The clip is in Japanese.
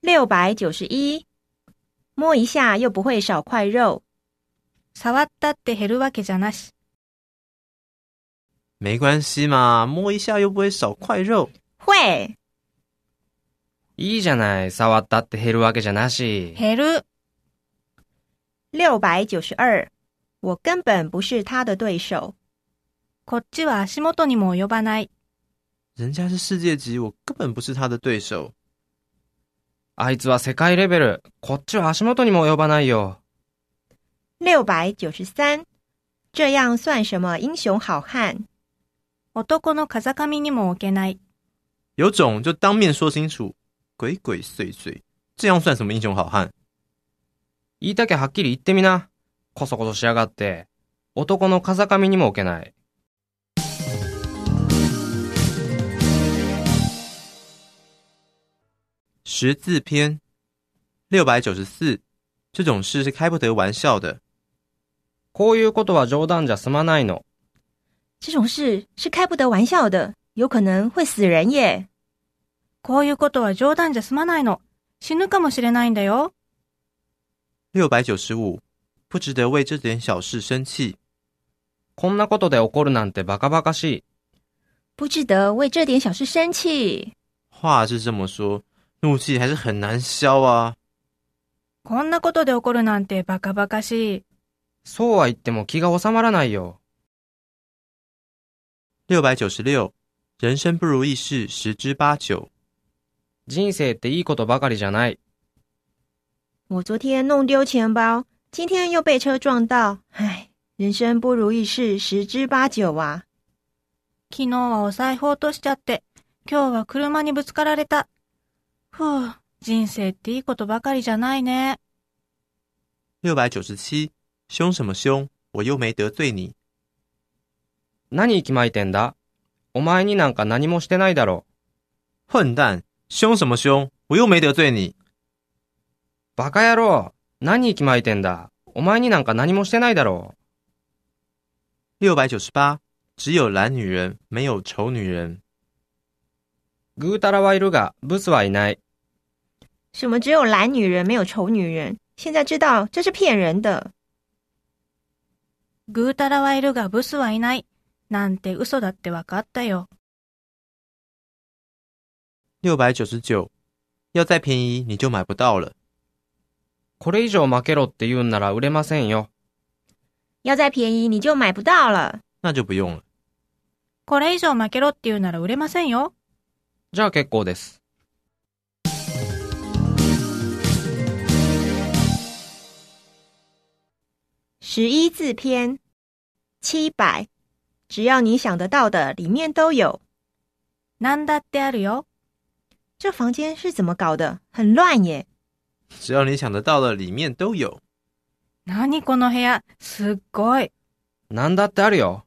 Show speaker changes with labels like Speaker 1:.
Speaker 1: 六百九十一，摸一下又不会少块肉。
Speaker 2: 触ったって減るわけじゃなし。
Speaker 3: 没关系嘛，摸一下又不会少块肉。
Speaker 1: 会
Speaker 4: いいじゃない。触ったって減るわけじゃなし。
Speaker 2: 減る。
Speaker 1: 六百九十二，我根本不是他的对手。
Speaker 2: こっちは足元にも及ばない。
Speaker 3: 人家是世界级，我根本不是他的对手。
Speaker 4: あいつは世界レベル。こっちは足元にも及ばないよ。
Speaker 1: 六百九十三，这样算什么英雄好汉？
Speaker 2: 男の風上にも置けない。
Speaker 3: 有种就当面说清楚，鬼鬼祟祟，这样算什么英雄好汉？
Speaker 4: 言いたきゃはっきり言ってみな。こそこそしやがって。男の風上にも置けない。
Speaker 3: 十字篇六百九十四，这种事是开不得玩笑的。
Speaker 4: こういうことは冗談じゃ済まないの。
Speaker 1: 这种事是开不得玩笑的，有可能会死人耶。
Speaker 2: こういうことは冗談じゃ済まないの。死ぬかもしれないんだよ。
Speaker 3: 六百九十五，不值得为这点小事生气。
Speaker 4: こんなことで怒るなんてバカバカしい。
Speaker 1: 不值得为这点小事生气。
Speaker 3: 话是这么说，怒气还是很难消啊。
Speaker 2: こんなことで怒るなんてバカバカしい。
Speaker 4: そうは言っても気が収まらないよ。
Speaker 3: 六百九十六，人生不如意事十之八九。
Speaker 4: 人生っていいことばかりじゃない。
Speaker 1: 我昨天弄丢钱包，今天又被车撞到，唉，人生不如意事十之八九啊。
Speaker 2: 昨日はお財布落としちゃって、今日は車にぶつかられた。ふぅ、人生っていいことばかりじゃないね。
Speaker 3: 六百九十七，凶什么凶？我又没得罪你。
Speaker 4: 何息巻いてんだお前になんか何もしてないだろ
Speaker 3: 混蛋，凶什么凶？我又没得罪你。
Speaker 4: う。バカ野郎何息巻いてんだお前になんか何もしてないだろう。
Speaker 3: 六百九十八，只有懒女人，没有丑女人。
Speaker 4: ぐうたらはいるが、ブスはいない。
Speaker 1: 什么只有懒女人没有丑女人？现在知道这是骗人的。
Speaker 2: ぐうたらはいるがブスはいない。なんて嘘だってわかったよ。
Speaker 3: 六百九十九，要再便宜你就买不到了。
Speaker 4: これ以上負けろって言うんなら売れませんよ。
Speaker 1: 要再便宜你就买不到了。
Speaker 3: 那就不用了。
Speaker 2: これ以上負けろって言うなら売れませんよ。
Speaker 4: じゃあ結構です。
Speaker 1: 十一字篇七百，只要你想得到的，里面都有。
Speaker 2: なんだってあるよ。
Speaker 1: 这房间是怎么搞的？很乱耶！
Speaker 3: 只要你想得到的，里面都有。
Speaker 2: 何この部屋。すっごい。
Speaker 4: なんだってあるよ。